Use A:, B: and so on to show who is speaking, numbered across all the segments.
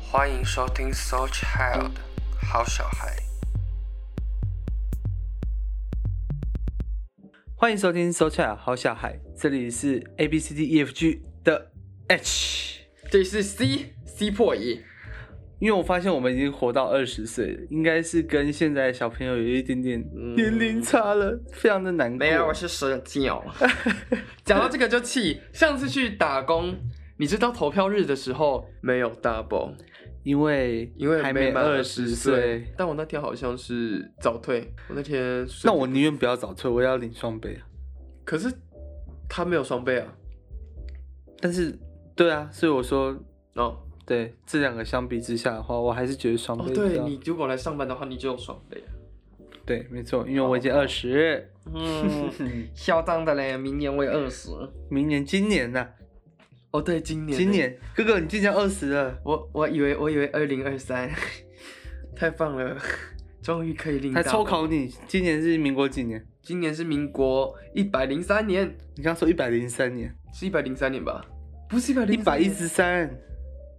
A: 欢迎收听《So Child》好小孩。
B: 欢迎收听《收起来好小孩》，这里是 A B C D E F G 的 H。
C: 这是 C C 破译，
B: 因为我发现我们已经活到二十岁了，应该是跟现在的小朋友有一点点年龄差了，非常的难
C: 嗯
B: 过。
C: 没有，我是神经哦。讲到这个就气，上次去打工，你知道投票日的时候没有 double，
B: 因为
C: 因为
B: 还
C: 没满
B: 二
C: 20
B: 十岁，，
C: 但我那天好像是早退，我那天睡
B: 那我宁愿不要早退，我要领双倍啊。
C: 可是他没有双倍啊，
B: 但是，对啊，所以我说，
C: 哦
B: 对这两个相比之下的话，我还是觉得双
C: 哦
B: 倍，比
C: 对
B: 较
C: 你如果来上班的话，你就有双倍啊。哦
B: 对，没错，因为我已经二十，
C: 嗯， 嚣张的嘞，明年我也二十。
B: 明年今年呐、
C: 哦，对，今年
B: 今年哥哥你即将二十了。
C: 我我以为我以为二零二三， 太棒了，终于可以领
B: 还
C: 到。
B: 抽考你，今年是民国几年？
C: 今年是民国一百零三年，
B: 你刚说一百零三年，
C: 是一百零三年吧？不是一百
B: 一
C: 零
B: 百一十三，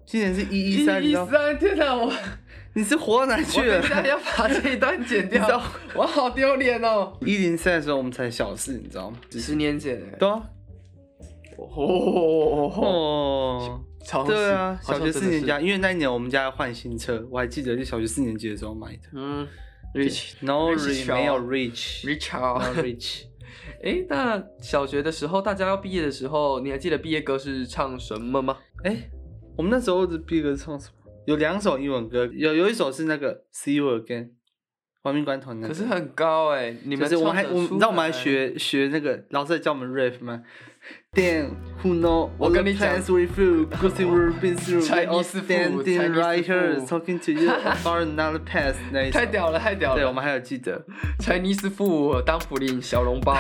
B: 今年是一一三，你
C: 一
B: 知道
C: 三，天哪，我我
B: 你是活到哪去
C: 等
B: 了
C: 一？下要把这一段剪
B: 你知
C: 掉
B: 道，
C: 我好丢脸哦。
B: 一零三的时候我们才小四，你知道吗？
C: 十年前欸，
B: 对啊，
C: 哦，
B: 哦，
C: 超
B: 对啊，
C: 好
B: 小
C: 像
B: 学
C: 真
B: 四
C: 的
B: 年
C: 是
B: 级啊，，因为那一年我们家换新车，我还记得是小学四年级的时候买的。
C: 嗯，Rich
B: 然后
C: Rich
B: re
C: 小
B: 没有 reach，然后
C: Richard，
B: reach，
C: 哎，那小学的时候，大家要毕业的时候，你还记得毕业歌是唱什么吗？
B: 哎，我们那时候的逼歌唱什么？有两首英文歌，有有一首是那个 See You Again，亡命关头那
C: 可
B: 个。
C: 是很高哎，你
B: 就
C: 们
B: 是我们
C: 唱
B: 还
C: 得
B: 我，你
C: 出
B: 知道我们还
C: 来
B: 学学那个老师还教我们 rap 吗？Damn, who know?
C: 我跟你讲
B: plans we flew, cause we were been through. We all
C: Chinese food,
B: standing right
C: Chinese
B: here,
C: food.
B: talking to you about another past. 那一首
C: 太屌了，太屌了！
B: 对，我们还有记得，
C: 柴尼斯富当普林小笼包，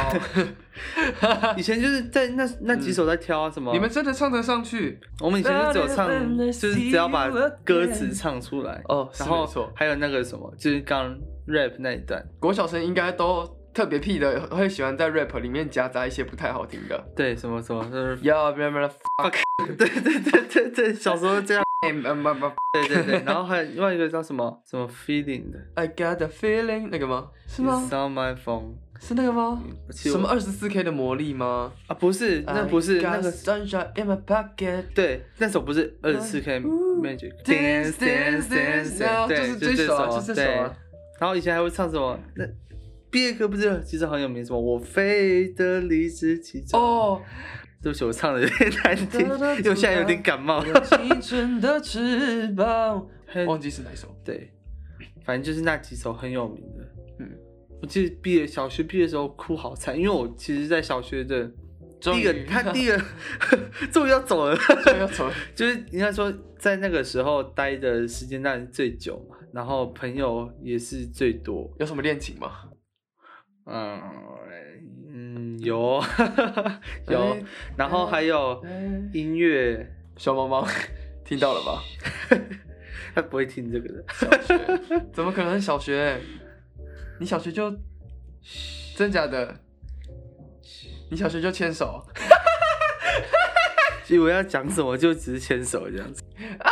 B: 以前就是在那那几首在挑啊什 么。
C: 嗯你们真的唱得上去
B: 我们以前就只有唱，就是只要把歌词唱出来，
C: 哦？是
B: 然
C: 没
B: 后
C: 错，
B: 还有那个什么，就是刚 rap 那一段，
C: 国小生应该都特别屁的，会喜欢在 rap 里面夹杂一些不太好听的。
B: 对，什么什么，就是
C: Yeah, remember
B: 对对对对对，小时候这样，
C: the
B: 对对对，然后还有另外一个叫什么什么 feeling 的。
C: I got a feeling 那个吗？是吗
B: It's？on my phone
C: 是那个吗？
B: 其实
C: 什
B: 我
C: 么二十四 K 的魔力吗？
B: 啊？不是，那不是
C: I got
B: 那个，
C: sunshine in my pocket。
B: 对，那首不是二十四 K
C: Ooh,
B: Magic
C: Dance, dance, dance now，
B: 对，
C: 就是
B: 就
C: 这首啊，就是
B: 这
C: 这首啊。
B: 对然后以前还会唱什么？那毕业歌不是其实很有名，什么我飞得理直气壮。
C: 哦，
B: 对不起，我唱的有点难听，因为我现在有点感冒。
C: 有青春的翅 膀，
B: 还有
C: 忘记是哪一首。
B: 对，反正就是那几首很有名的。
C: 嗯，
B: 我记得毕业小学毕业的时候哭好惨，因为我其实，在小学的第
C: 终
B: 一
C: 于
B: 个，他第一个 终于要走了，
C: 终于要走了。
B: 就是应该说，在那个时候待的时间段最久嘛，然后朋友也是最多。
C: 有什么恋情吗？
B: 嗯嗯，有 有
C: 哎，
B: 然后还有
C: 嗯
B: 音乐，
C: 小猫 猫，听到了吧？
B: 他不会听这个的。
C: 小学怎么可能？小学，你小学就真假的？你小学就牵手？
B: 以为要讲什么，就只是牵手这样子。
C: 啊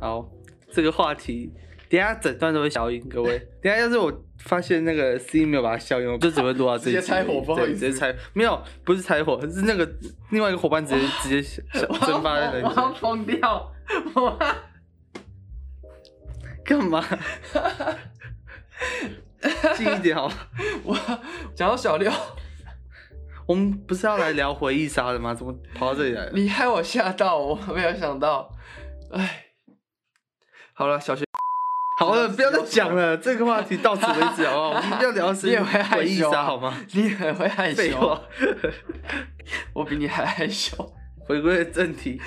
B: 好，这个话题，等一下整段都会消音， 各位。等一下要是我发现那个 C 没有把它消音，我就只会录到这一集
C: 直接拆伙不好
B: 对
C: 意思
B: 直接拆，没有，不是拆火，是那个另外一个伙伴直接直接 消
C: 我
B: 蒸发在那
C: 要我要
B: 里。
C: 疯掉！我
B: 干嘛？近一点好吗。
C: 我讲到小六，
B: 我们不是要来聊回忆杀的吗？怎么跑到这里来了？
C: 你害我吓到，我没有想到。哎，好了，小学
B: 好了，不要再讲了，这个话题到此为止好不好？我们要聊的是
C: 你也会害
B: 回忆
C: 羞啊
B: 杀好吗？
C: 你很会害
B: 废
C: 羞，
B: 话。
C: 我比你还害羞。
B: 回归正题，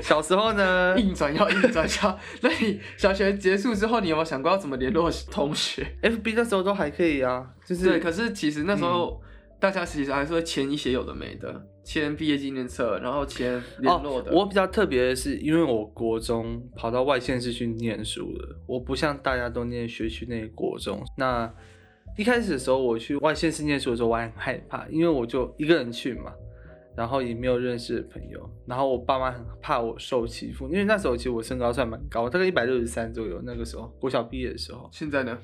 B: 小时候 呢，
C: 硬转要硬转要， 那你小学结束之后，你有没有想过要怎么联络同学？
B: FB 那时候都还可以啊，就是
C: 对，可是其实那时候、
B: 嗯
C: 大家其实还是会签一些有的没的，签毕业纪念册，然后签联络
B: 哦
C: 的。，
B: 我比较特别的是，因为我国中跑到外县市去念书了，我不像大家都念学区内的国中。那一开始的时候，我去外县市念书的时候，我还很害怕，因为我就一个人去嘛。然后也没有认识的朋友，然后我爸妈很怕我受欺负，因为那时候其实我身高算蛮高，大概一百六十三左右，那个时候国小毕业的时候。
C: 现 在呢？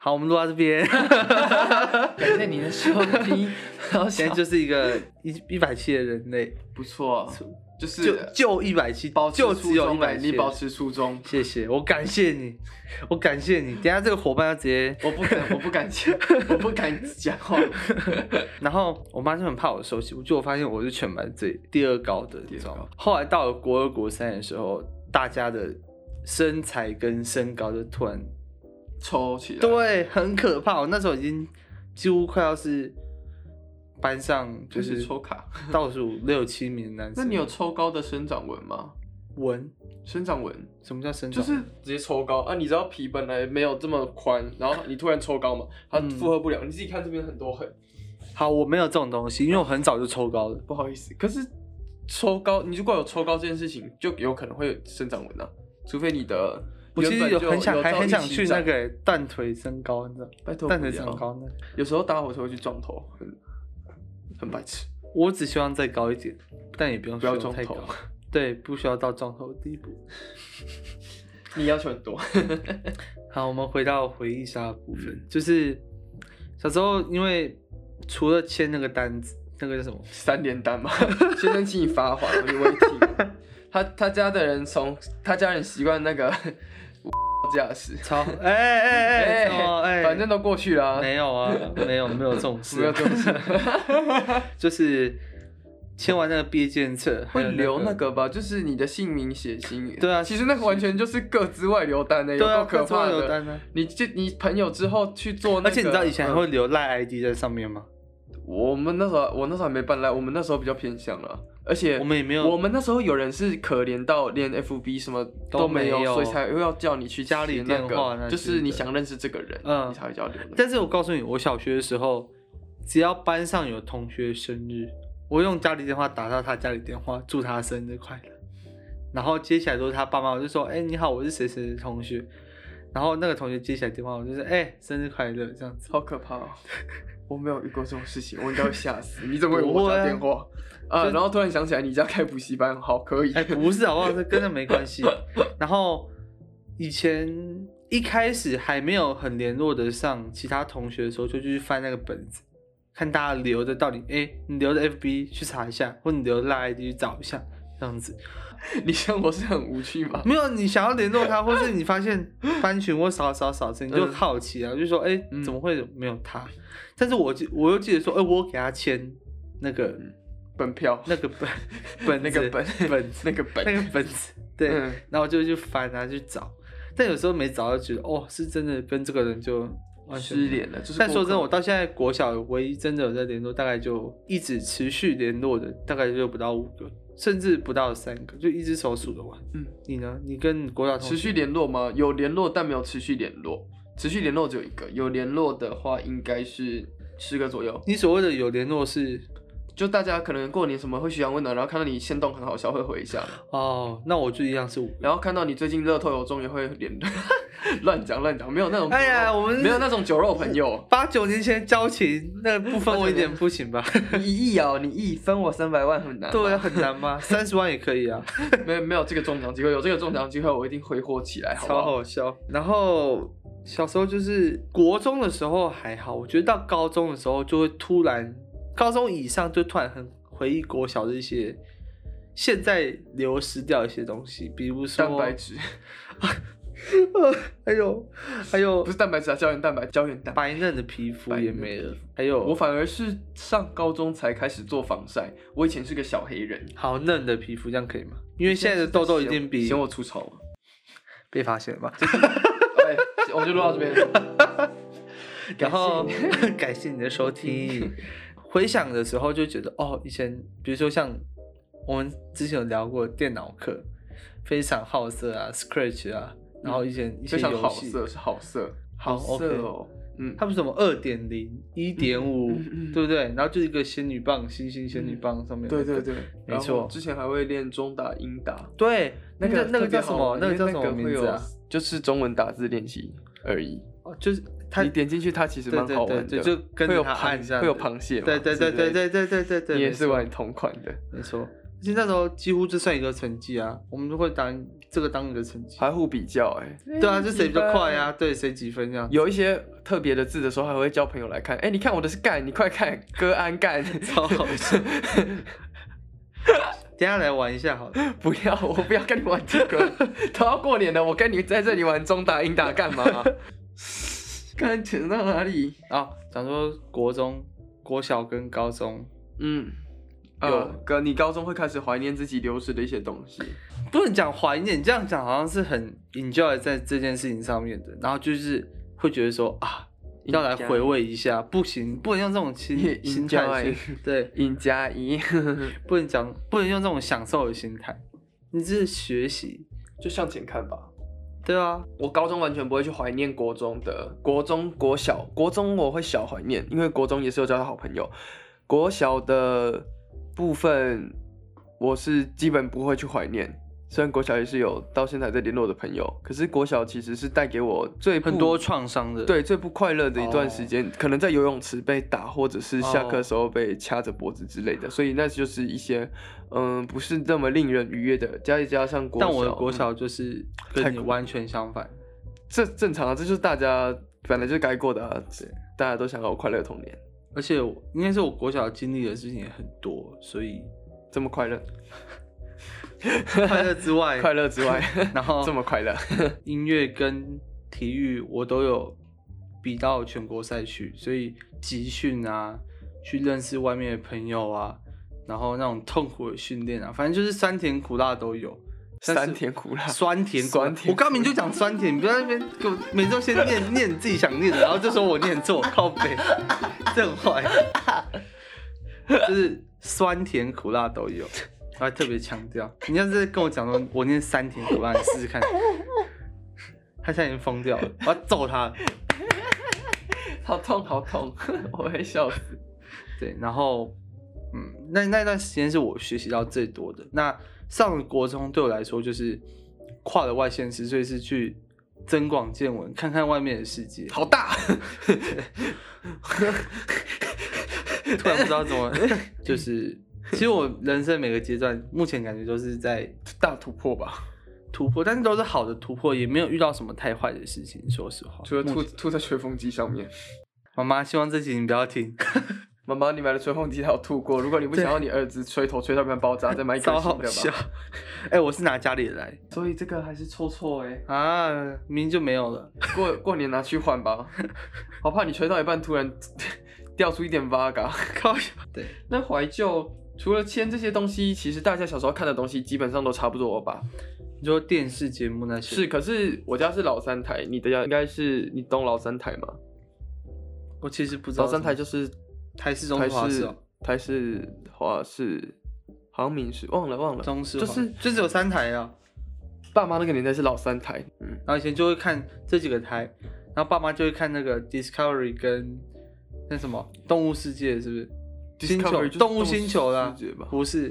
B: 好，我们录到这边，
C: 感谢你的收听， 然后
B: 现在就是一个一一百七的人类，
C: 不错，就
B: 就是就一百七
C: 保，持
B: 就
C: 初
B: 只有一
C: 衷
B: 百
C: 呗，
B: 七
C: 你。保持初衷。
B: 谢谢，我感谢你，我感谢你。等一下这个伙伴要直接
C: 我不敢，我不敢讲，我不敢讲话。
B: 然后我妈就很怕我受气，我就我发现我是全班最第二高的，你知道吗？后来到了国二、国三的时候，大家的身材跟身高就突然
C: 抽起来，
B: 对，啊很可怕。我那时候已经几乎快要是班上就
C: 就是是抽卡。
B: 倒数六七名的男
C: 那
B: 生。
C: 你有抽高的生长纹吗？
B: 纹？
C: 生长纹
B: 什么叫身
C: 就
B: 高？
C: 是直接抽高啊！你知道皮本来没有这么宽，然后你突然抽高嘛，它
B: 嗯
C: 负荷不了。你自己看这边很多痕，
B: 好，我没有这种东西，因为我很早就抽高了。
C: 不好意思。可是抽高，你如果有抽高这件事情，就有可能会有生长纹啊，除非你的
B: 我其
C: 原
B: 实
C: 本就
B: 很想，
C: 有
B: 还
C: 照
B: 很
C: 一
B: 想
C: 起
B: 去那
C: 长，
B: 个断腿增高，你知道？
C: 拜托
B: 断
C: 不
B: 腿增
C: 要。
B: 高那，
C: 有时候搭火车会去撞头，很很白痴。
B: 我只希望再高一点，但也不用
C: 不要
B: 希望
C: 撞
B: 太
C: 头
B: 高。 对，不需要到撞头的地步。
C: 你要求很多，
B: 好，我们回到回忆杀的部分，就是小时候，因为除了签那个单子，那个叫什么？
C: 三连单 嘛，先生，请你罚款，你违停。他他家的人从他家人习惯那个 驾驶，
B: 超哎哎哎什么哎，
C: 反正都过去了、啊，
B: 没有啊，没有没有这 种
C: 不
B: 事
C: 要，这种事。
B: 就是签完那个毕业检测，还
C: 会
B: 有
C: 留那
B: 个。
C: 个吧，就是你的姓名、血型。
B: 对啊
C: 其实那个完全就是各自外流单的、有
B: 对啊，
C: 够可
B: 会做
C: 怕
B: 留
C: 的。
B: 单啊！
C: 你就你朋友之后去做那个，
B: 而且你知道以前还
C: 嗯
B: 会留赖 ID 在上面吗？
C: 我们那时候我那时候还没办来，我们那时候比较偏向了，而且
B: 我们也没有
C: 我们那时候有人是可怜到连 FB 什么
B: 都
C: 都没
B: 没有
C: 所以才会要叫你去
B: 家里
C: 写那
B: 电话那
C: 个，就
B: 些的
C: 是你想认识这个人，
B: 嗯
C: 你才会叫留的。
B: 但是我告诉你，我小学的时候，只要班上有同学生日，我用家里电话打到他家里电话，祝他生日快乐。然后接起来都是他爸妈，我就说：“哎、你好，我是谁谁的同学。”然后那个同学接起来电话，我就是：“哎、生日快乐。”这样子。
C: 好可怕、哦！我没有遇过这种事情，我应该会吓死。你怎么会有
B: 不
C: 我
B: 会啊
C: 家电话啊？然后突然想起来你家开补习班，好可以。
B: 哎、不是好不好？这跟那没关系。然后以前一开始还没有很联络得上其他同学的时候，就去翻那个本子，看大家留的到底，哎、你留的 FB 去查一下，或你留的 LINE ID 去找一下，这样子。
C: 你生活是很无趣吗？
B: 没有，你想要联络他，或是你发现班群或少少少，你就
C: 嗯
B: 好奇啊，就说哎、
C: 嗯
B: 怎么会没有他？但是我记我又记得说，哎、我给他签那个
C: 本票
B: 那个本本
C: 嗯 那个
B: 子
C: 本
B: 本 子
C: 那个
B: 那
C: 本，
B: 个本子，对，
C: 嗯
B: 然后我就去翻啊去找，但有时候没找到，觉得哦，是真的跟这个人就完全没
C: 失
B: 有。
C: 联了。就是
B: 但说真的，
C: 过
B: 我到现在国小唯一真的有在联络，大概就一直持续联络的，大概就不到五个，甚至不到三个，就一只手数得完。
C: 嗯，
B: 你呢？你跟你国小同
C: 持
B: 学
C: 续联络吗？有联络，但没有持续联络。持续联络只有一个，有联络的话应该是十个左右。
B: 你所谓的有联络是
C: 就大家可能过年什么会嘘寒问暖，然后看到你线动很好笑会回一下，
B: 哦，那我就一样是五。
C: 然后看到你最近乐透有中也会联 乱讲乱讲，没有那种
B: 哎呀，
C: 酒肉
B: 我们。
C: 没有那种酒肉朋友
B: 八九年前的交情那个部分，我一点不 行吧？
C: 你 一亿哦，你一亿分我三百万很难
B: 对啊，很难吗？三十万也可以啊，
C: 没有没有这个中奖机会，有这个中奖机会我一定挥霍起来，好不
B: 超
C: 好？
B: 好笑。然后小时候就是国中的时候还好，我觉得到高中的时候就会突然，高中以上就突然很回忆国小的一些。现在流失掉一些东西，比如说哎
C: 蛋白，质
B: 还有还有
C: 不是蛋白质啊，胶原蛋白，胶原蛋白。
B: 白嫩的皮肤
C: 白
B: 也
C: 嫩的
B: 没
C: 皮
B: 了哎
C: 肤，
B: 还有
C: 我反而是上高中才开始做防晒，我以前是个小黑人，
B: 好嫩的皮肤，这样可以吗？因为现在的痘痘一定比
C: 嫌我出丑吗？
B: 被发现了吧。
C: 哎，我就录到这边。
B: 然后感谢你的收
C: 嗯
B: 听。回想的时候就觉得，哦，以前比如说像我们之前有聊过电脑课，非常好色啊，Scratch 啊，然后以前一
C: 嗯
B: 些
C: 非常
B: 游
C: 好
B: 戏，
C: 色，是好色，
B: 好
C: 色哦。嗯，
B: 它不是什么二点零、一点五
C: 嗯嗯，嗯
B: 对不对？然后就是一个仙女棒，星星仙女棒上面有
C: 对
B: 那个、
C: 对对，
B: 没错
C: 然后之前还会练中打、英打，
B: 对，那
C: 个
B: 个那
C: 特
B: 个
C: 别
B: 叫什
C: 好
B: 么？
C: 玩
B: 那个
C: 因为
B: 叫什么
C: 会
B: 名
C: 有
B: 字啊？
C: 就是中文打字练习而已。
B: 哦，就是它
C: 你点进去，它其实
B: 对
C: 蛮好
B: 对
C: 玩
B: 对
C: 的，
B: 对，就跟
C: 会有
B: 着它按这
C: 螃
B: 样
C: 会有
B: 子
C: 螃蟹嘛
B: 对对对
C: 之类
B: 对
C: 的
B: 对对对对对，
C: 你也
B: 没
C: 是
B: 错
C: 玩同款的，
B: 没错。而且那时候几乎就算一个成绩啊，我们就会当这个当一个成绩。
C: 还互比较哎、
B: 对啊，就谁比较快啊？对，谁几分这样？
C: 有一些特别的字的时候，还会叫朋友来看。哎、你看我的是干，你快看，哥安干，
B: 超好笑。等一下来玩一下好了，
C: 不要，我不要跟你玩这个， 都要过年了，我跟你在这里玩中打英打 干嘛、看扯到哪里？
B: 啊，讲说国中、国小跟高中，
C: 嗯，
B: 有
C: 呃，哥，你高中会开始怀念自己流失的一些东西。
B: 不能讲怀念，你这样讲好像是很 enjoy 在这件事情上面的，然后就是会觉得说啊，要来回味一下，不行，不能用这种心心态
C: Enjoy
B: 去，对，
C: 尹加一，
B: 不能讲，不能用这种享受的心态，你这是学习，
C: 就向前看吧。
B: 对啊，
C: 我高中完全不会去怀念国中的，国中、国小、国中我会小怀念，因为国中也是有交到好朋友。国小的部分我是基本不会去怀念，虽然国小也是有到现在还在联络的朋友，可是国小其实是带给我最不
B: 很多哦创伤的，
C: 对最不快乐的一段时间可能在游泳池被打，或者是
B: 哦
C: 下课时候被掐着脖子之类的所以那就是一些嗯不是那么令人愉悦的，加加上国小，
B: 但我的国
C: 嗯
B: 小就是
C: 太
B: 跟你
C: 苦
B: 完全相反，
C: 这正常啊，这就是大家本来就该过的、啊，大家都想要有快乐童年，
B: 而且我应该是我国小经历的事情也很多，所以
C: 这么快乐，
B: 快乐之外，
C: 快乐之 外，
B: 然后
C: 这么快乐，
B: 音乐跟体育我都有比到全国赛去，所以集训啊，去认识外面的朋友啊，然后那种痛苦的训练啊，反正就是酸甜苦辣都有。但是
C: 酸甜苦辣，
B: 酸甜苦辣
C: 酸甜
B: 我刚明就讲酸甜，你不要在那边给我每周先念念你自己想念的，然后就说我念 错，靠北，这很坏，就是酸甜苦辣都有，我还特别强调，你要是跟我讲说我念酸甜苦辣，你试试看，他现在已经疯掉了，我要揍他。
C: 好痛好痛， 我会笑死。
B: 对，然后，嗯，那那段时间是我学习到最多的。那上了国中对我来说就是跨了外县市，所以是去增广见闻，看看外面的世界。
C: 好大，
B: 突然不知道怎么， 就是其实我人生每个阶段，目前感觉都是在
C: 大突破吧？
B: 突破，但是都是好的突破，也没有遇到什么太坏的事情。说实话，
C: 除了
B: 目
C: 吐
B: 前
C: 吐在吹风机上面。
B: 妈妈，希望这集你不要停，
C: 妈妈，你买的吹风机它有吐过，如果你不想要你儿子吹头吹到一半爆炸，再买一
B: 超
C: 根新的
B: 好笑
C: 吧。。
B: 哎、我是拿家里的来
C: 所以这个还是臭臭哎、
B: 啊，明明就没有了。
C: 过过年拿去换 吧。好怕你吹到一半突然 掉出一点 Vaga。
B: 靠腰，对，
C: 那怀旧除了签这些东西，其实大家小时候看的东西基本上都差不多吧？
B: 你说电视节目那些
C: 是，可是我家是老三台，你的家应该是你懂老三台吗？
B: 我其实不知道
C: 老
B: 什么。
C: 三台就是
B: 台式中
C: 台
B: 式华式
C: 式
B: 哦，
C: 台式华式，好像民式忘了忘了，
B: 中式
C: 就
B: 华
C: 是
B: 就只有三台啊。
C: 爸妈那个年代是老三台，嗯，
B: 然后以前就会看这几个台，然后爸妈就会看那个 Discovery 跟那什么动物世界是不是？星
C: Discovery 就
B: 球
C: 是
B: 动物星球啦
C: 世界吧，
B: 不是，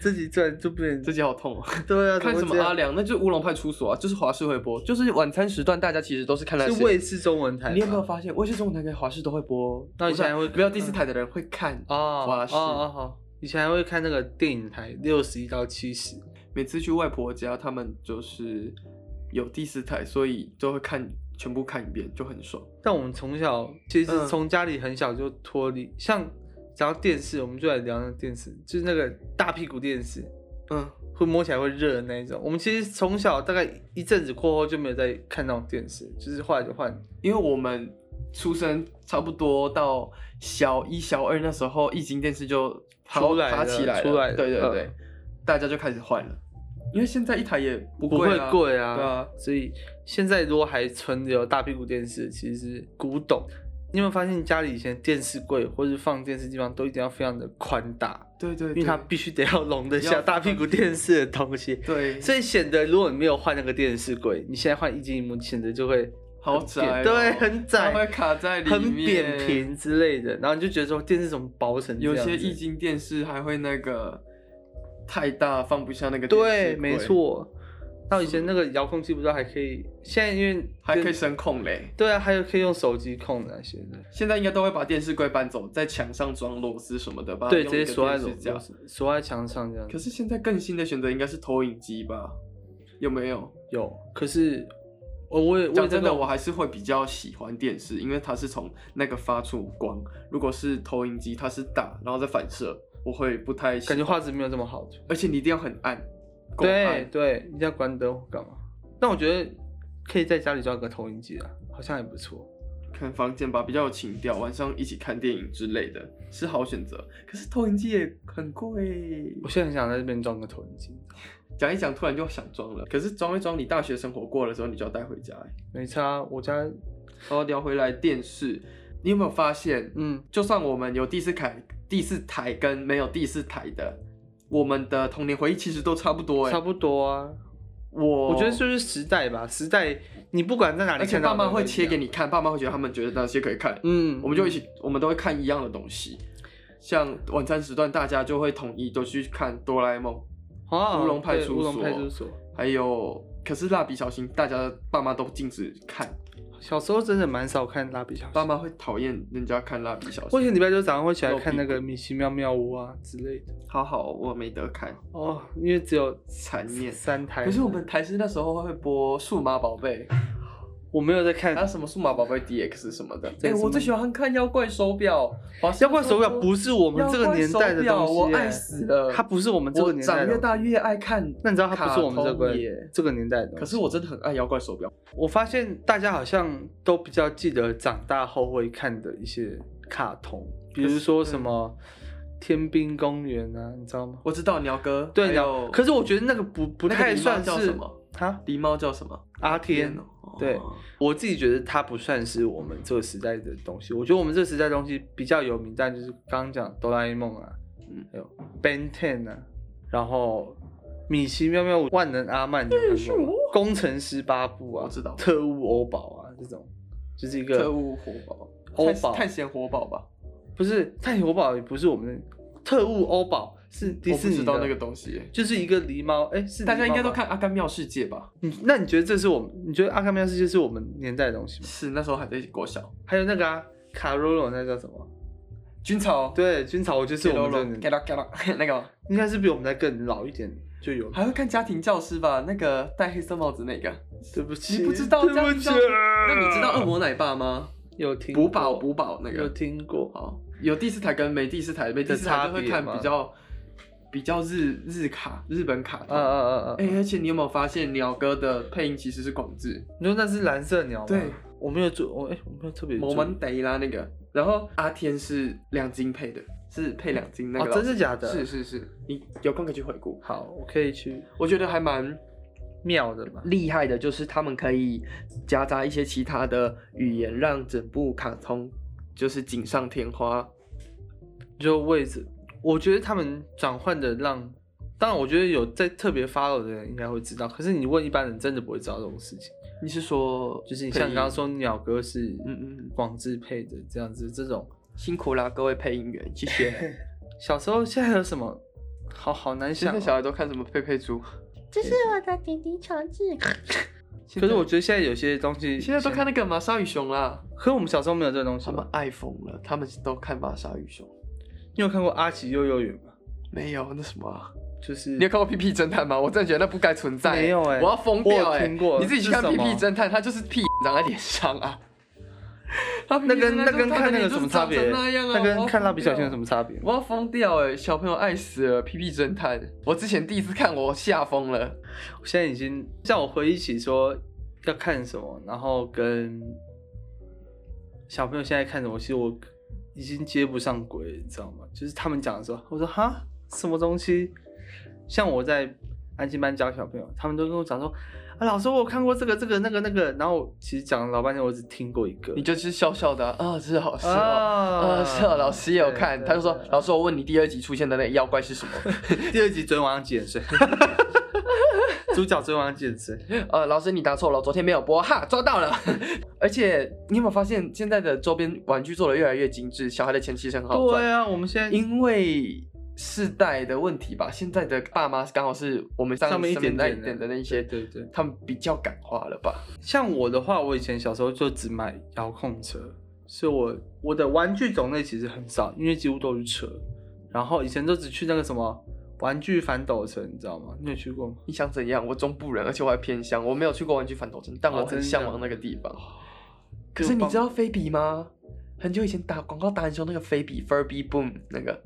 B: 自己转就不能
C: 自己好 痛、哦。
B: 对啊，
C: 看什
B: 怎
C: 么
B: 会这样
C: 阿？良，那就是乌龙派出所啊，就是华视会播，就是晚餐时段，大家其实都是看那
B: 是
C: 些。
B: 卫视中文台吗，
C: 你有没有发现，卫视中文台跟华视都会播？
B: 那以前还会嗯
C: 不是啊没有第四台的人会看
B: 哦
C: 华视。
B: 哦哦好，以前还会看那个电影台六十一到七十，
C: 每次去外婆家，他们就是有第四台，所以都会看全部看一遍，就很爽。
B: 但我们从小其实
C: 嗯
B: 从家里很小就脱离，像讲到电视，我们就来聊那个电视，就是那个大屁股电视，
C: 嗯，
B: 会摸起来会热的那一种。我们其实从小大概一阵子过后就没有再看那种电视，就是后来就换。
C: 因为我们出生差不多到小一、小二那时候，液晶电视就爬
B: 出来了
C: 爬起来了，
B: 出来了
C: 对对对，
B: 嗯
C: 大家就开始换了。因为现在一台也不
B: 不会
C: 啊，
B: 贵啊，
C: 对啊，
B: 所以现在如果还存留大屁股电视，其实是古董。你有没有发现家里以前电视柜或者放电视地方都一定要非常的宽大，
C: 对对对，
B: 因为它必须得要 容得
C: 你
B: 下
C: 要
B: 大屁股电视的东西。
C: 对，
B: 所以显得如果你没有换那个电视柜，你现在换一晶一幕，显得就会
C: 好
B: 很
C: 窄
B: 扁
C: 哦
B: 对，很窄，
C: 它会卡在里面，
B: 很扁平。之类的，然后你就觉得说电视怎么薄成这
C: 有
B: 样
C: 些
B: 子
C: 液晶电视还会那个太大，放不下那个电视
B: 对，
C: 柜
B: 没。错。那我以前那个遥控器不知道还可以，现在因为
C: 还可以
B: 跟
C: 声控嘞。
B: 对啊，还有可以用手机控的那些的，
C: 现在应该都会把电视柜搬走，在墙上装螺丝什么的吧？
B: 对，直接锁在
C: 螺
B: 楼
C: 架。
B: 锁在墙上这样。
C: 可是现在更新的选择应该是投影机吧？有没有？
B: 有，可是我我也我
C: 讲
B: 也在
C: 真的，
B: 跟
C: 我还是会比较喜欢电视，因为它是从那个发出光。如果是投影机，它是打，然后再反射，我会不太喜
B: 感觉
C: 欢
B: 画质没有这么好。
C: 而且你一定要很暗，够
B: 对
C: 暗。
B: 对，一定要关灯或干嘛？但我觉得可以在家里装个投影机啊，好像也不错。
C: 看房间吧，比较有情调，晚上一起看电影之类的是好选择。可是投影机也很贵，
B: 我现在很想在这边装个投影机，
C: 讲一讲突然就想装了。可是装一装，你大学生活过了之后，你就要带回家欸。
B: 没差。啊我家
C: 然后哦聊回来电视，你有没有发现，
B: 嗯，
C: 就算我们有第四台、第四台跟没有第四台的，我们的童年回忆其实都差不多哎。
B: 差不多啊。
C: 我
B: 我觉得就是时代吧，时代你不管在哪
C: 哦
B: 里
C: 而且
B: 看到，
C: 爸妈会切给，你看，爸妈会觉得他们觉得那些可以看，
B: 嗯，
C: 我们就一起，我们都会看一样的东西。像晚餐时段，大家就会统一都去看哆啦 A 梦，
B: 啊，
C: 乌龙派
B: 对
C: 出
B: 乌龙
C: 所
B: 派出所。
C: 还有可是蜡笔小新，大家爸妈都禁止看，
B: 小时候真的蛮少看蜡笔小
C: 爸
B: 新，
C: 妈会讨厌人家看蜡笔小
B: 我
C: 新。
B: 以前礼拜六早上会起来看那个《米奇妙妙屋》啊之类的。
C: 好好，我没得看，
B: 哦，因为只有
C: 残念。
B: 三 台，
C: 可是我们台视那时候会播《数码宝贝》，
B: 我没有在看
C: 还有什么《数码宝贝 DX》什么的。
B: 这
C: 哎、
B: 个什么
C: 我最喜欢看妖怪手表，华
B: 妖
C: 生
B: 怪手表
C: 说
B: 不是我们这个年代的
C: 妖怪手
B: 东
C: 表
B: 西、
C: 我爱死了。
B: 它不是我们这个
C: 我
B: 年代的
C: 长越大越爱看。
B: 那你知道它不是我们这
C: 卡
B: 个
C: 通耶
B: 这个年代的东西
C: 可是我真的很爱妖怪手表。
B: 我发现大家好像都比较记得长大后会看的一些卡通，比如说什么
C: 嗯
B: 《天兵公园》啊，你知道吗？
C: 我知道鸟哥，
B: 对
C: 还
B: 的
C: 有，
B: 可是我觉得那个不不
C: 那个
B: 太
C: 狸猫
B: 算
C: 叫
B: 是
C: 什么
B: 哈
C: 狸猫叫什么？
B: 阿天
C: 哦，
B: 对我自己觉得它不算是我们这个时代的东西。我觉得我们这个时代的东西比较有名，但就是刚刚讲哆啦 A 梦啊，
C: 嗯
B: 还有 Ben Ten 啊，然后米奇妙妙屋、万能阿曼，你有看过吗？工程师巴布啊，
C: 我知道
B: 特务欧宝啊，这种就是一个
C: 特务火宝，
B: 欧
C: 探
B: 宝
C: 探险火宝吧？
B: 不是探险活宝，也不是我们的特务欧宝，是迪士
C: 我不
B: 尼的
C: 知道那个东西耶。
B: 就是一个狸猫，哎、是
C: 大家
B: 狸
C: 应
B: 猫
C: 该都
B: 吧。
C: 看《阿甘妙世界》吧？
B: 你那你觉得这是我们？你觉得阿卡妙世界是我们年代的东西吗？
C: 是那时候还在国小。
B: 还有那个啊，卡罗罗那叫什么？
C: 军草，
B: 对，军草我觉得是我们这个年
C: ，get
B: 代
C: up get up 那个吗
B: 应该是比我们再更老一点就有。
C: 还会看家庭教师吧？那个戴黑色帽子那个，
B: 对不起，
C: 你不知道
B: 对
C: 家
B: 不
C: 庭
B: 起啊
C: 教。师？哦那你知道恶呃魔奶爸吗？
B: 有嗯听
C: 补
B: 过
C: 宝补宝那
B: 有
C: 个，
B: 听过？啊
C: 好，有第四台跟没第四台，没第四台就会看
B: 的差别吗啊
C: 比较比较日日卡日本卡
B: 嗯
C: 通。
B: 嗯嗯嗯
C: 哎、而且你有没有发现鸟哥的配音其实是广智？
B: 你说那是蓝色鸟吗？
C: 对，
B: 我没有注，我哎、我没有特别注意。
C: 摩门德拉那个，然后阿天是亮晶配的，是配亮晶那个
B: 哦，
C: 老师、
B: 真的假的？
C: 是是是，你有空可以去回顾，
B: 好，我可以去
C: 我觉得还蛮
B: 妙的嘛。
C: 厉害的，就是他们可以夹杂一些其他的语言，让整部卡通就是锦上添花。
B: 就位置，我觉得他们转换的让，当然我觉得有在特别 follow 的人应该会知道，可是你问一般人真的不会知道这种事情。
C: 你是说，
B: 就是你像你刚刚，说鸟哥是
C: 嗯嗯，
B: 广智配的这样子，这种
C: 辛苦啦，各位配音员，谢 谢。
B: 小时候现在有什么好好难
C: 现
B: 想
C: 在
B: 哦、
C: 小孩都看什么佩佩猪？
D: 这是我的弟弟乔治。
B: 可是我觉得现在有些东西
C: 现在都看，那个玛莎与熊啦，
B: 可是我们小时候没有这个东西
C: 他们
B: 吧。
C: 爱疯了，他们都看玛莎与熊。
B: 你有看过《阿奇幼幼园》吗？
C: 没有那什么啊、
B: 就是
C: 你有看过《屁屁侦探》吗？我真的觉得那不该存在、
B: 没有欸
C: 我要疯掉
B: 我
C: 哎、
B: 有听过
C: 你自己去看《
B: 是
C: 屁
B: 什么
C: 屁侦探》，它就是屁长在脸上 啊。它屁屁
B: 那跟
C: 侦探就
B: 那跟
C: 是
B: 看那个
C: 脸
B: 有什
C: 就
B: 么
C: 是
B: 差
C: 长
B: 别？
C: 成那样啊
B: 那跟看蜡笔小新有什？
C: 我要疯掉
B: 么差别？
C: 我要疯掉哎、小朋友爱死了，《屁屁侦探》，我之前第一次看我吓疯了。
B: 我现在已经像我回忆起说要看什么，然后跟小朋友现在看什么，其实我已经接不上轨了，你知道吗？就是他们讲的时候，我说哈什么东西？像我在安心班教小朋友，他们都跟我讲说啊，老师我有看过这个这个那个那个，然后我其实讲了老半天，我只听过一个
C: 你。就是笑笑的啊，啊是好是哦。
B: 啊
C: 啊，是哦，老师也有看，他就说，老
B: 师
C: 师，我问你第二集出现的那个妖怪是什 么？
B: 第二集昨天晚上几点睡？ 主角昨天晚上几 点睡？
C: 呃，老师你答错了，昨天没有播，哈，抓到了。 而且你有没有发现，现在的周边玩具做的越来越精致，小孩的钱其实很好赚。
B: 对啊，我们现在
C: 因为世代的问题吧。现在的爸妈刚好是我们上
B: 上面一点
C: 那
B: 点
C: 一点的那一些，
B: 对对对
C: 他们比较感化了吧？
B: 像我的话，我以前小时候就只买遥控车，所以我我的玩具种类其实很少，因为几乎都是车。然后以前都只去那个什么玩具反斗城，你知道吗？你有去过吗？
C: 你想怎样？我中部人，而且我还偏乡，我没有去过玩具反斗城，但
B: 哦
C: 我
B: 真
C: 很
B: 的
C: 向往那个地方。可是你知道菲比吗？很久以前打广告达人秀那个菲比 Furby Boom 那个，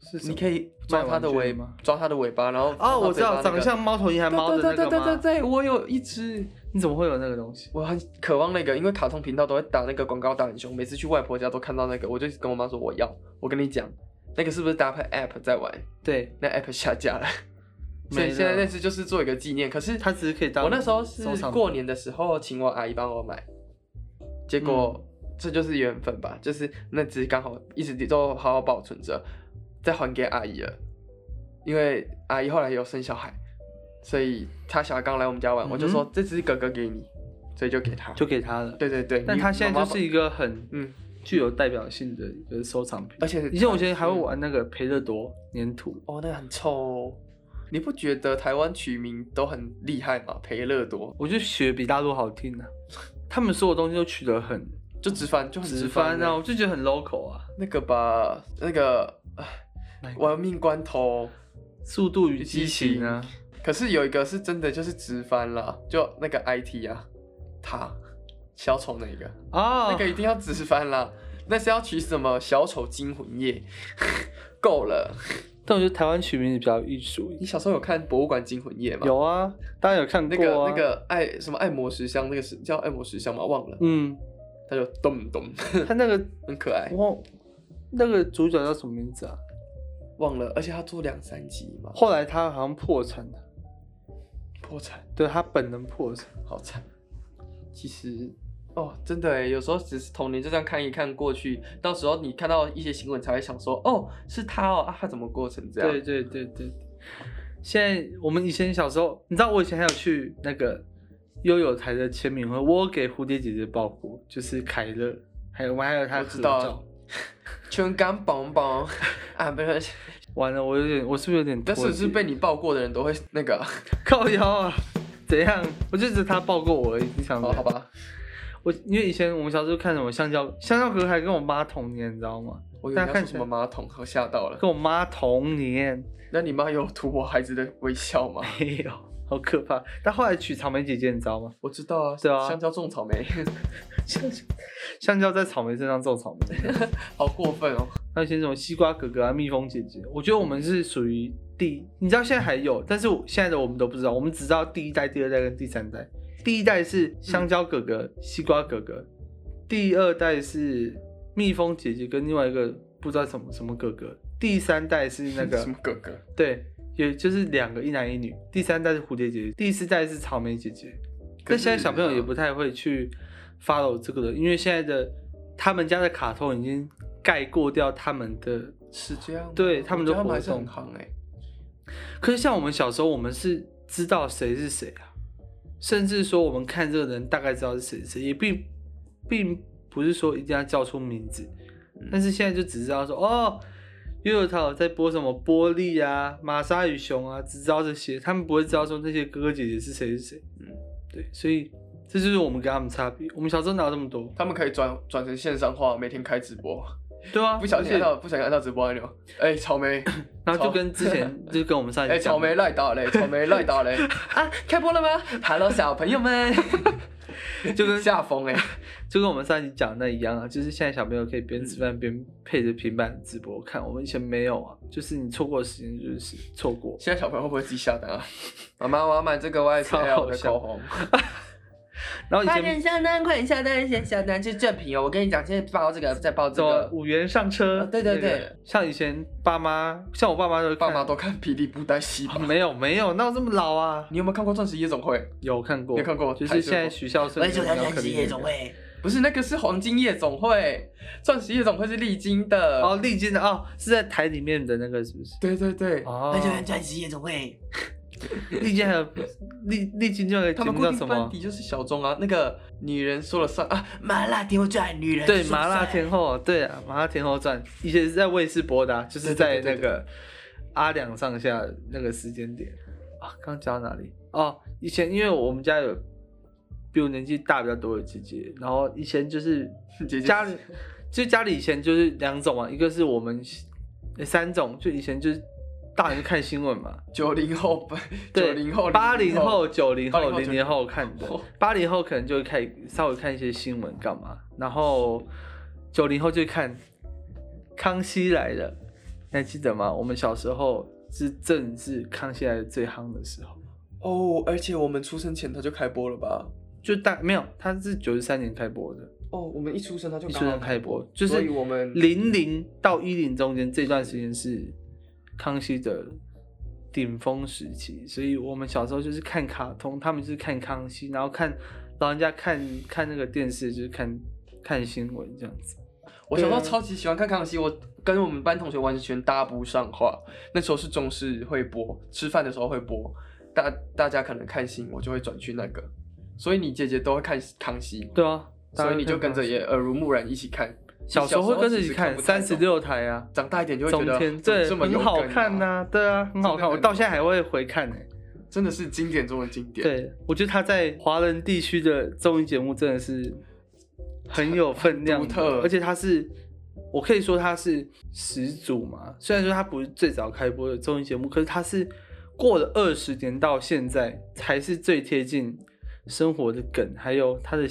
B: 是什
C: 你
B: 么
C: 可以抓它的
B: 卖玩具
C: 尾
B: 的吗
C: 抓它的尾巴，然后
B: 哦，我知道，
C: 放到嘴巴那
B: 长得
C: 个
B: 像猫头鹰还猫的那
C: 对
B: 个
C: 对对对对
B: 吗？
C: 对，我有一只，
B: 你怎么会有那个东西？
C: 我很渴望那个，因为卡通频道都会打那个广告打很凶，每次去外婆家都看到那个，我就跟我妈说我要。我跟你讲，那个是不是搭配 App 在玩？
B: 对，
C: 那 App 下架了， 所
B: 没
C: 以
B: 了
C: 现在那只就是做一个纪念。可是
B: 它只是可以当
C: 我那时候是
B: 收藏品
C: 过年的时候，请我阿姨帮我买，结果、
B: 嗯
C: 这就是缘分吧，就是那只刚好一直都好好保存着，再还给阿姨了，因为阿姨后来有生小孩，所以她小孩刚来我们家玩，我就
B: 嗯哼
C: 说这只哥哥给你，所以就给她，
B: 就给它了。
C: 对对对，
B: 但
C: 你
B: 它现
C: 妈妈
B: 在就是一个很
C: 嗯，
B: 具有代表性的一个收藏品
C: 而。且嗯
B: 以前我以前还会玩那个培乐多粘土，
C: 哦，那个很臭哦。你不觉得台湾取名都很厉害吗？培乐多
B: 我就学比大陆好听啊。 他们所有东西都取得很
C: 就直翻，就很
B: 直
C: 翻欸
B: 翻啊，我就觉得很 local 啊。
C: 那个吧，那个唉
B: 哪一个
C: 玩命关头，
B: 速度与激情啊，
C: 可是有一个是真的就是直翻了，就那个 IT 啊，他小丑那个，
B: 啊，
C: 那个一定要直翻啦。那是要取什么小丑惊魂夜， 够了。
B: 但我觉得台湾取名字比较艺术一
C: 你
B: 点。
C: 小时候有看博物馆惊魂夜吗？
B: 有啊，当然有看
C: 那
B: 过
C: 个
B: 啊。
C: 那个爱什么爱魔石像，那个是叫爱魔石像吗？忘了，
B: 嗯，
C: 他就咚咚，
B: 他那个
C: 很可爱。
B: 我那个主角叫什么名字啊？
C: 忘了，而且他做两三集嘛，
B: 后来他好像破产了，
C: 破产，
B: 对他本人破产。
C: 好惨。其实，哦，真的诶，有时候只是童年就这样看一看过去，到时候你看到一些新闻才会想说，哦，是他哦，啊，他怎么过成这样？
B: 对对对对。现在我们以前小时候，你知道我以前还有去那个悠悠台的签名会，我有给蝴蝶姐姐抱过，就是凯乐，还有我啊还有她
C: 我
B: 的
C: 知
B: 合
C: 道
B: 照。
C: 全感棒棒 啊，不是，
B: 完了，我有点，我是不是有点
C: 但
B: 脱节？
C: 是是被你抱过的人都会那个，
B: 靠腰啊？怎样？我就只是她抱过我而已，你想怎
C: 哦，
B: 样
C: 好？吧，
B: 我因为以前我们小时候看什么香蕉，香蕉哥还跟我妈同年，你知道吗？
C: 我以为你要
B: 大家
C: 说
B: 看起
C: 什
B: 来
C: 么马桶，我吓到了。
B: 跟我妈同年，
C: 那你妈有图我孩子的微笑 吗？
B: 没有，好可怕。但后来娶草莓姐姐，你知道吗？
C: 我知道啊，
B: 对啊
C: 香蕉种草莓，
B: 香蕉香蕉在草莓身上种草莓。
C: 好过分哦。
B: 还有一些什么西瓜哥哥啊、蜜蜂姐姐，我觉得我们是属于第，你知道现在还有，但是我现在的我们都不知道，我们只知道第一代、第二代跟第三代。第一代是香蕉哥哥、西瓜哥哥，第二代是蜜蜂姐姐跟另外一个不知道什么什么哥哥，第三代是那个
C: 什么哥哥？
B: 对，也就是两个一男一女，第三代是蝴蝶姐姐，第四代是草莓姐姐。
C: 可
B: 但现在
C: 是
B: 小朋友也
C: 啊
B: 不太会去 follow 这个了，因为现在的他们家的卡通已经盖过掉他们的。
C: 是这样吗，
B: 对他们
C: 我
B: 的
C: 觉得
B: 活
C: 还是很
B: 动
C: 行哎、
B: 可是像我们小时候，我们是知道谁是谁啊，甚至说我们看这个人大概知道是谁是谁，也并并不是说一定要叫出名字，
C: 嗯
B: 但是现在就只知道说哦。悠悠淘在播什么玻璃啊、玛莎与熊啊，只知道这些，他们不会知道说那些哥哥姐姐是谁是谁。
C: 嗯，
B: 对，所以这就是我们跟他们差别。我们小时候哪有这么多？
C: 他们可以转转成线上化，每天开直播，
B: 对啊，
C: 不小心
B: 而
C: 按
B: 且
C: 到不小心按到直播按钮，哎、草莓，
B: 然后就
C: 草
B: 跟之前就跟我们上一
C: 哎、
B: 集讲
C: 草莓赖 打嘞，草莓赖打嘞，啊，开播了吗？Hello，小朋友们，
B: 就跟
C: 下风哎、
B: 就跟我们上一集讲的那一样啊，就是现在小朋友可以边吃饭边配着平板直播看，我们以前没有啊，就是你错过的时间就是错过。
C: 现在小朋友会不会自己下单啊？妈妈，我要买这个 YSL 的口红，
B: 然后以前
C: 下单，快点下单，先下单，这正品哦，我跟你讲，现在包这个，再包这
B: 走啊五元上车，
C: 啊对对对
B: 那个，像以前爸妈，像我爸妈都会看
C: 爸妈都看霹雳布袋戏吧
B: 啊？没有没有，哪有这么老啊？
C: 你有没有看过《钻石夜总会》？
B: 有看过，
C: 有看过
B: 就是
C: 台式
B: 现在
C: 过
B: 徐孝顺，
D: 会。
C: 不是，那个是黄金夜总会，钻石夜总会是丽晶的。
B: 哦，历经的哦，是在台里面的那个是不是？
C: 对对对，
B: 哦，
D: 钻石夜总会。
B: 历经还有历历经就有个
C: 他
B: 节
C: 们
B: 目
C: 固
B: 叫
C: 定
B: 什
C: 班
B: 么
C: 底？就是小钟啊，那个女人说了算啊，
D: 麻辣天后传，女人
B: 对，《麻辣天后》对啊，《麻辣天后传》以前是在卫视播的、啊，就是在那个阿良上下那个时间点啊，刚讲到哪里？哦，以前因为我们家有比我年纪大比较多的姐姐，然后以前就是
C: 姐姐
B: 家里，就家里以前就是两种嘛，一个是我们诶三种，就以前就是大人看新闻嘛，
C: 九零后不，九零后、
B: 对，八零后、九零
C: 80
B: 后、
C: 后
B: 零零后看的
C: 哦，
B: 八零后可能就会看稍微看一些新闻干嘛，然后九零后就看《康熙来了》，你还记得吗？我们小时候是正是《康熙来了》最夯的时候，
C: 哦，而且我们出生前他就开播了吧？
B: 就大没有，它是九十三年开播的，
C: 哦，我们一出生他就
B: 一
C: 刚
B: 出
C: 好
B: 生开播，就是
C: 所以我们
B: 零零到一零中间这段时间是康熙的顶峰时期，所以我们小时候就是看卡通，他们就是看康熙，然后看老人家看看那个电视，就是看看新闻这样子。
C: 我小时候
B: 啊
C: 超级喜欢看康熙，我跟我们班同学完全搭不上话。那时候是中视会播，吃饭的时候会播，大大家可能看新，我就会转去那个。所以你姐姐都会看康熙，
B: 对啊，
C: 所以你就跟着也耳濡目染一起看。
B: 小时候会跟着一起看
C: 你小时候
B: 三
C: 其实
B: 十
C: 不太懂
B: 六台啊，
C: 长大一点就会觉
B: 中
C: 得
B: 天
C: 怎么
B: 这
C: 这么
B: 很
C: 有
B: 好
C: 梗
B: 看
C: 啊
B: 呐、对啊，很好
C: 真的
B: 看，我
C: 很
B: 到现在还会回看呢、
C: 真的是经典中的经典。，
B: 对，我觉得他在华人地区的综艺节目真的是很有分量的，
C: 独特
B: 而且他是，我可以说他是始祖嘛。虽然说他不是最早开播的综艺节目，可是他是过了二十年到现在才是最贴近生活的梗，还有他的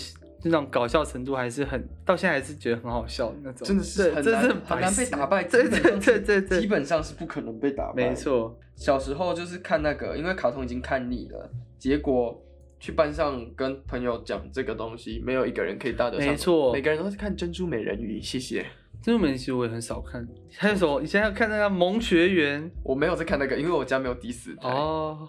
B: 那种搞笑程度还是很，到现在还是觉得很好笑的那种。
C: 真的是
B: 对
C: 很
B: 这
C: 难
B: 是
C: 很难被打败，
B: 对
C: 基
B: 对
C: 本上
B: 对
C: 是
B: 对对，
C: 基本上是不可能被打败。
B: 没错，
C: 小时候就是看那个，因为卡通已经看腻了，结果去班上跟朋友讲这个东西，没有一个人可以搭得上。
B: 没错
C: 每个人都是看《珍珠美人鱼》，谢谢。
B: 这种美其实我也很少看，还有什么以前还有看那个《萌学园
C: 我没有在看那个，因为我家没有第四》台。
B: 哦。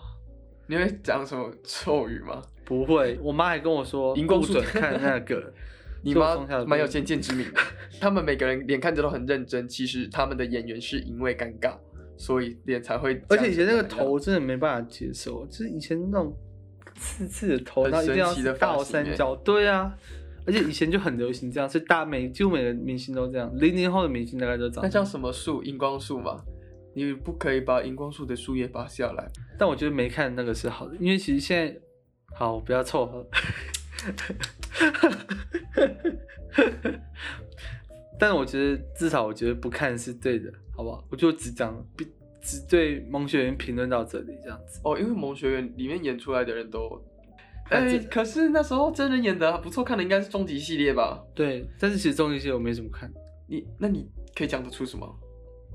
C: 你会讲什么咒语吗？
B: 哎不会，我妈还跟我说
C: 荧光
B: 不
C: 树
B: 准看那个。
C: 你
B: 就
C: 妈
B: 松下的
C: 蛮有
B: 故事
C: 先见之明的，他们每个人脸看着都很认真，其实他们的演员是因为尴尬，所以脸才会。
B: 而且以前那个头，真的没办法接受，就是以前那种刺刺的头，
C: 很
B: 然后一定
C: 神
B: 要
C: 奇的发
B: 倒
C: 型
B: 三
C: 欸
B: 角，对啊。而且以前就很流行这样，所以大每几乎每个明星都这样，零零后的明星大概都长
C: 那
B: 这
C: 叫
B: 样。
C: 什么树？荧光树吗？你不可以把荧光树的树叶拔下来。
B: 但我觉得没看那个是好的，因为其实现在好，我不要凑合。但我觉得至少我觉得不看是对的，好不好？我就只讲只对萌学园评论到这里这样子。
C: 哦，因为《萌学园》里面演出来的人 都，
B: 看
C: 哎、
B: 这
C: 可是那时候真人演的啊还不错看的应该是终极系列吧？
B: 对，但是其实综艺系我没怎么看，
C: 你那你可以讲得出什么？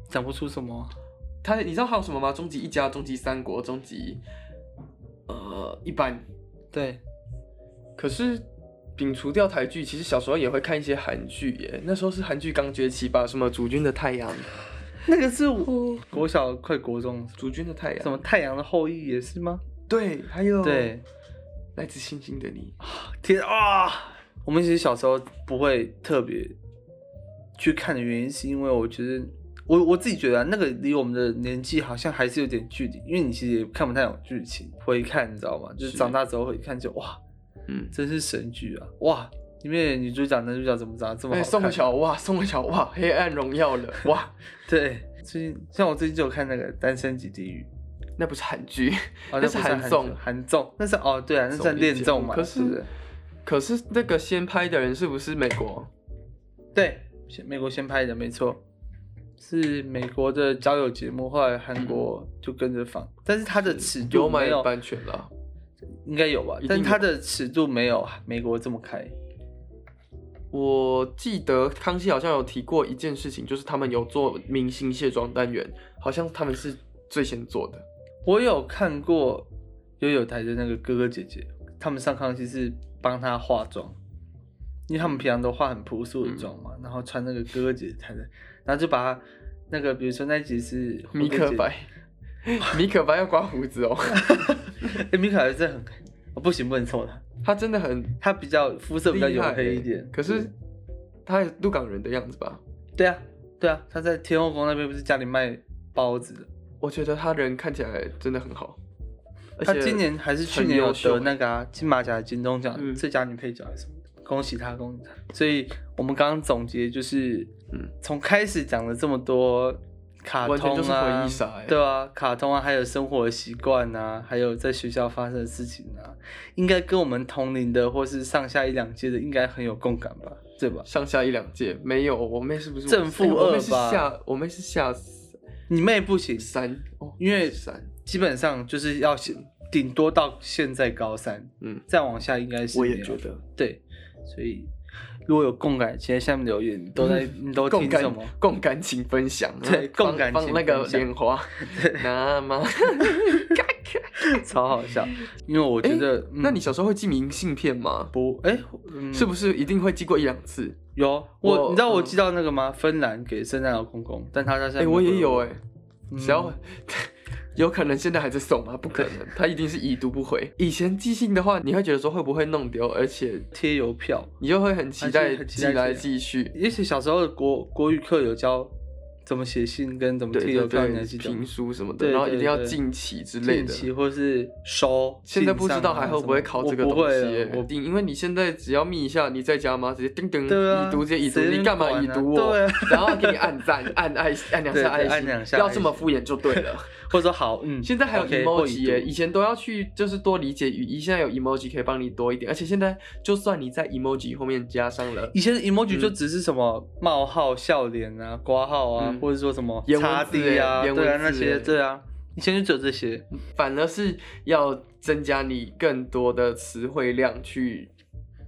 B: 讲不出什么。啊
C: 他你知道还有什么吗？终极一家、终极三国、终极，呃，一般。
B: 对，
C: 可是摒除掉台剧，其实小时候也会看一些韩剧耶。那时候是韩剧刚崛起吧？什么《主君的太阳》《
B: 那个是我国小快国中，
C: 主君的太阳》
B: 什么？太阳的后裔也是吗？
C: 对，还有
B: 对，
C: 来自星星的你。
B: 天啊！我们其实小时候不会特别去看的原因，是因为我觉得我我自己觉得、啊、那个离我们的年纪好像还是有点距离，因为你其实也看不太懂剧情，回看你知道吗？就是
C: 是
B: 长大之后回看就哇，
C: 嗯，
B: 真是神剧啊！哇，里面的女主角、男主角怎么长得这么
C: 哎、
B: 好看？
C: 宋慧乔哇，宋慧乔哇，《黑暗荣耀》了哇，
B: 对，最近像我最近就有看那个《单身即地狱》，
C: 那不是韩剧。
B: 哦，
C: 那
B: 不
C: 是
B: 是
C: 韩
B: 韩
C: 综
B: 韩综那是哦，对啊，那算恋综嘛，
C: 可
B: 对不
C: 是
B: 对
C: 可是那个先拍的人是不是美国？
B: 对，先美国先拍的，没错，是美国的交友节目，后来韩国就跟着放，但是它的尺
C: 有
B: 度
C: 买
B: 没有，
C: 版权了。
B: 应该有吧
C: 一定，
B: 但
C: 有
B: 它的尺度没有美国这么开，
C: 我记得康熙好像有提过一件事情，就是他们有做明星卸妆单元，好像他们是最先做
B: 哦
C: 的。
B: 我有看过悠悠台的那个哥哥姐姐，他们上康熙是帮他化妆，因为他们平常都化很朴素的妆嘛，
C: 嗯
B: 然后穿那个哥哥姐姐台的，然后就把他那个，比如说那集是胡
C: 米
B: 歌
C: 可
B: 姐
C: 白， 米可白要刮胡子哦，
B: 欸，米可还是很，哦、不行不能抽他，
C: 他真的很
B: 他比较肤色比较
C: 厉
B: 黝
C: 害
B: 黑一
C: 欸
B: 点。嗯
C: 可是他也鹿港人的样子吧？
B: 对啊对啊，他在天后宫那边不是家里卖包子的，
C: 我觉得他人看起来真的很好，而
B: 他
C: 且
B: 今年还是去
C: 很
B: 年有
C: 优秀欸
B: 得那个、啊、金马奖金钟奖、
C: 嗯
B: 最佳女配角还是什么的，恭喜他恭喜他。所以我们刚刚总结就是，
C: 嗯
B: 从开始讲了这么多卡通
C: 完
B: 啊，
C: 全就是回忆杀欸
B: 对啊，卡通啊，还有生活的习惯啊，还有在学校发生的事情啊，应该跟我们同龄的或是上下一两届的应该很有共感吧，对吧？
C: 上下一两届没有，我妹是不是
B: 正负
C: 哎我妹
B: 二
C: 是
B: 吧
C: 下，我妹是下
B: 你妹不行，
C: 三，哦
B: 因为
C: 三，
B: 基本上就是要先顶多到现在高三，
C: 嗯，
B: 再往下应该是
C: 我
B: 没
C: 也
B: 有
C: 觉得
B: 对，所以如果有共感，请在下面留言，你都在 你都
C: 嗯共
B: 听什
C: 感
B: 么？
C: 共感情分享，
B: 对
C: 放
B: 共感情
C: 放那个
B: 分享
C: 莲花，那么，
B: 超好笑，因为我觉得，嗯
C: 那你小时候会寄明信片吗？
B: 不哎、嗯
C: 是不是一定会寄过一两次？
B: 有
C: 我
B: 我，你知道我
C: 嗯
B: 寄到那个吗？芬兰给圣诞老公公，但他他现在
C: 哎，我也有哎，
B: 嗯
C: 只要 有可能现在还在送吗？不可能，他一定是已读不回。以前寄信的话，你会觉得说会不会弄丢，而且
B: 贴邮票。
C: 你就会很期待
B: 而且很期
C: 寄
B: 待
C: 来
B: 寄
C: 寄去。
B: 也许小时候的国国语课有教怎么写信跟怎么
C: 对
B: 贴邮
C: 对
B: 票，你
C: 对
B: 还，记得
C: 评
B: 吗？
C: 书什么的，
B: 对对
C: 然后一定要
B: 对
C: 近期之类
B: 近
C: 的。
B: 期或是收信
C: 现
B: 上啊什么的。
C: 在不知道还会不会考这个
B: 我
C: 东
B: 不会
C: 西
B: 了
C: 耶，
B: 我
C: 定，因为你现在只要密一下，你在家吗？直接叮叮，
B: 对啊
C: 已读直接已读，
B: 谁
C: 你干嘛已读我？
B: 管啊
C: 然后给你按赞，按爱按两
B: 对对
C: 下爱
B: 按
C: 心，
B: 两下
C: 不要
B: 爱
C: 这么
B: 心
C: 敷衍就对 了。
B: 或者说好，嗯，
C: 现在还有
B: OK，或
C: emoji
B: 已
C: 耶，
B: 读
C: 以前都要去就是多理解语义，现在有 emoji 可以帮你多一点，而且现在就算你在 emoji 后面加上了
B: 以前的 emoji
C: 嗯
B: 就只是什么冒号、笑脸啊、挂号啊，
C: 嗯
B: 或者说什么
C: 颜文
B: 擦
C: 字哎
B: 地啊，
C: 颜
B: 对啊
C: 文
B: 那
C: 字
B: 些，
C: 哎
B: 对啊，以前就只有这些。
C: 反而是要增加你更多的词汇量，去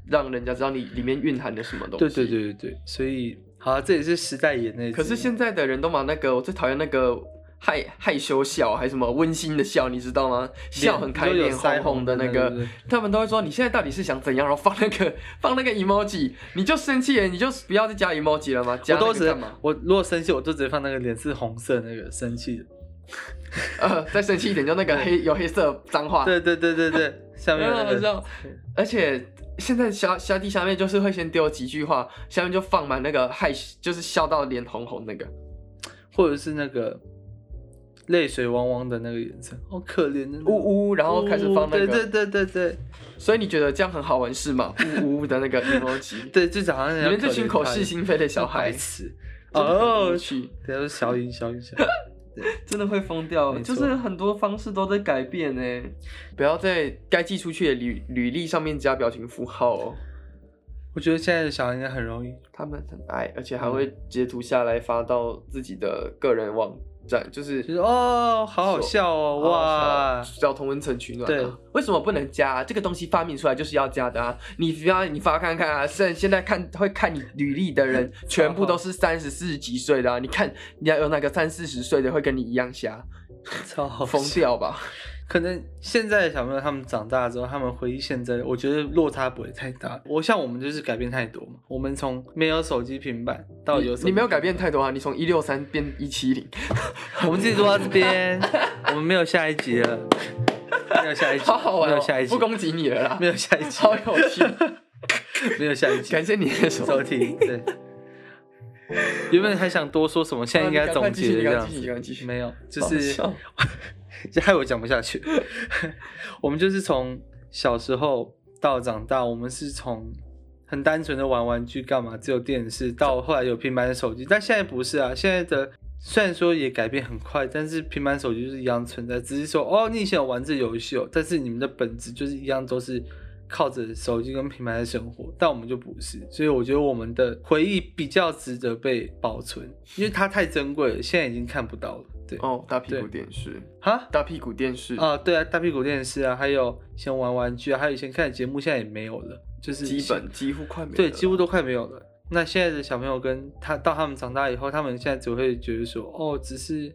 C: 让人家知道你里面蕴含的什么东
B: 对
C: 西。
B: 对。对对对，所以好啊，这也是时代眼泪。
C: 可是现在的人都把那个，我最讨厌那个害害羞笑，还是什么温馨的笑，你知道吗？笑很开，
B: 就有
C: 脸
B: 腮
C: 红红的
B: 红的
C: 那
B: 对对
C: 个
B: 对，
C: 他们都会说你现在到底是想怎样？然后放那个 放那个 emoji，你就生气了，你就不要再加 emoji 了吗？加
B: 我
C: 那个
B: 都直接
C: 干嘛？
B: 我如果生气，我就直接放那个脸是红色那个生气的。
C: 呃，再生气一点，就那 个黑有黑色脏话。
B: 对对对 对对，下面
C: 嗯，
B: 有那
C: 啊我知
B: 个
C: 道。而且现在虾虾弟下面就是会先丢几句话，下面就放满那个害羞，就是笑到脸红红那个。
B: 或者是那个泪水汪汪的那个颜色，好可怜的那个。
C: 呜呜，然后开始放那个。
B: 哦对对对对对
C: 所以你觉得这样很好玩是吗？呜呜的 那个 emoji。
B: 对，就好像人
C: 你
B: 家
C: 们这群
B: 可
C: 口
B: 怜他
C: 是心非的小孩
B: 白，痴。
C: 真的很
B: 哦
C: 无，趣
B: 等下说小影小影小影，
C: 真的会疯掉。
B: 没
C: 就
B: 错
C: 是很多方式都在改变欸呢。不要在该寄出去的履履历上面加表情符号哦。
B: 我觉得现在的小孩应该很容易
C: 他们很爱，而且还会截图下来发到自己的个人网站，就是
B: 就是哦，好好笑哦，哇，
C: 叫同温层取暖、啊。
B: 对
C: 为什么不能加、啊？这个东西发明出来就是要加的啊！你发你发看看啊，现现在看会看你履历的人，全部 都是三十四十几岁的啊！你看，你要有哪个三四十岁的会跟你一样瞎，
B: 超好
C: 疯
B: 笑。
C: 掉吧？
B: 可能现在的小朋友他们长大之后，他们回忆现在的，我觉得落差不会太大。我像我们就是改变太多嘛，我们从没有手机、平板到哦有手机
C: 你没有改变，太多啊！你从一六三变一七零，
B: 我们自己做到这边，我们没有下一集了，没有下一集，
C: 好好玩、
B: 没
C: 哦
B: 有下一集，
C: 不攻击你了啦
B: 没，有下一集，
C: 好有 趣。
B: 没有下一集，
C: 感谢你的收
B: 收听。对，原本还想多说什么，现在应该总结这
C: 啊你
B: 样
C: 赶快继续你赶快继
B: 子。
C: 续
B: 没有，就
C: 好
B: 是
C: 笑
B: 害我讲不下去。我们就是从小时候到长大，我们是从很单纯的玩玩具干嘛，只有电视，到后来有平板手机，但现在不是啊，现在的。虽然说也改变很快，但是平板手机就是一样存在，只是说哦，你以前有玩这游戏哦，但是你们的本质就是一样，都是靠着手机跟平板的生活，但我们就不是，所以我觉得我们的回忆比较值得被保存，因为它太珍贵了，现在已经看不到了。对，
C: 哦，大屁股
B: 对
C: 电视，
B: 哈
C: 大屁股电视，
B: 啊，对啊，大屁股电视啊，还有以前玩玩具啊，还有以前看的节目，现在也没有了，就是
C: 基本几乎快没了
B: 对，几乎都快没有了。那现在的小朋友跟他到他们长大以后，他们现在只会觉得说，哦，只是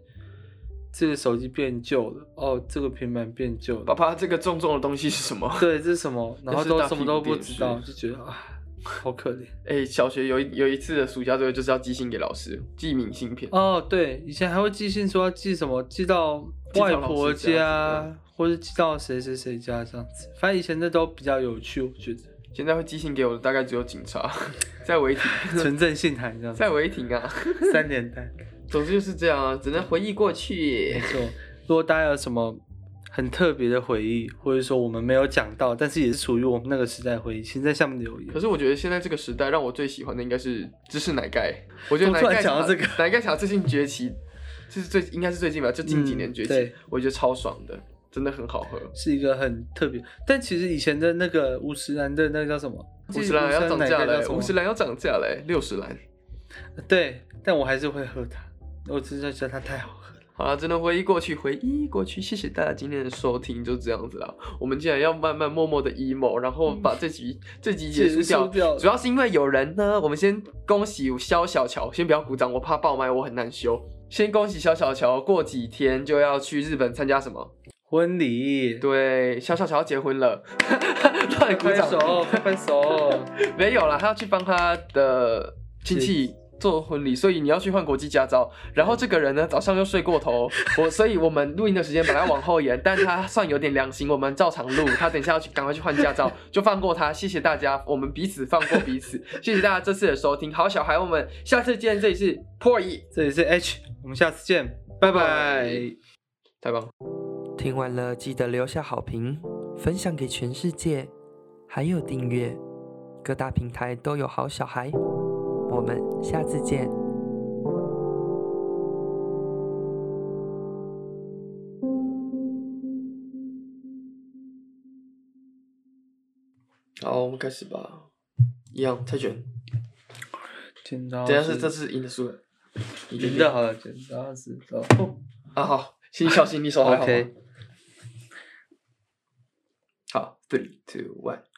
B: 这个手机变旧了，哦，这个平板变旧了，
C: 爸爸，这个重重的东西是什么？
B: 对，这是什么？然后
C: 是
B: 都
C: 大
B: 什
C: 屁股
B: 么都不
C: 电
B: 知
C: 视
B: 道，就觉得啊，好可怜。
C: 哎、小学有一有一次的暑假作业就是要寄信给老师，寄明信片。
B: 哦，对，以前还会寄信说要寄什么，寄到外婆
C: 寄到老师
B: 家，或者寄到谁谁谁家这样子。反正以前那都比较有趣，我觉得
C: 现在会寄信给我的大概只有警察，在违停，
B: 纯正信函这样子
C: 在，违停啊。
B: 三连单，
C: 总之就是这样啊，只能回忆过
B: 没
C: 去。
B: 错。如果大家有什么很特别的回忆，或者说我们没有讲到，但是也是属于我们那个时代的回忆，请在下面留言
C: 可。是我觉得现在这个时代，让我最喜欢的应该是芝士奶盖。我觉得
B: 怎么
C: 奶
B: 突然
C: 盖
B: 讲到
C: 茶
B: 这个
C: 奶盖茶最近崛起，就是最应该是最近吧，就近几年
B: 嗯
C: 崛起，
B: 对
C: 我觉得超爽的，真的很好喝。
B: 是一个很特别。但其实以前的那个五十岚的那个叫什么？
C: 五十兰要涨价
B: 了
C: 嘞，，五十兰要涨价嘞，六十兰。
B: 对，但我还是会喝它，我只是觉得它太好喝了。
C: 好了，真的回忆过去，回忆过去，谢谢大家今天的收听，就这样子啦。我们竟然要慢慢默默的 emo，然后把这集、这集 结束掉
B: 结束，嗯掉
C: 主要是因为有人呢，我们先恭喜肖小乔，先不要鼓掌，我怕爆麦，我很难修。先恭喜肖小乔，过几天就要去日本参加什么？
B: 婚礼，
C: 对，肖小乔要结婚了， 乱鼓
B: 拍
C: 掌。
B: 手，拍手。
C: 没有啦，他要去帮他的亲戚做婚礼，所以你要去换国际驾照。然后这个人呢，早上又睡过头，我所以我们录音的时间本来往后延，但他算有点良心，我们照常录。他等一下要去赶快去换驾照，就放过他。谢谢大家，我们彼此放过彼此。谢谢大家这次的收听，好小孩，我们下次见。这里是破译，
B: 这里是 H，我们下次见，拜拜。
C: 太棒了。
E: 听完了，记得留下好评，分享给全世界，还有订阅，各大平台都有好小孩。我们下次见。
C: 好，我们开始吧。一样，猜拳，
B: 剪刀
C: 怎样是这次赢的输的？
B: 赢的好了，剪刀石头布。
C: 啊，好，心小心，你手还好吗
B: OK
C: 好，three two one。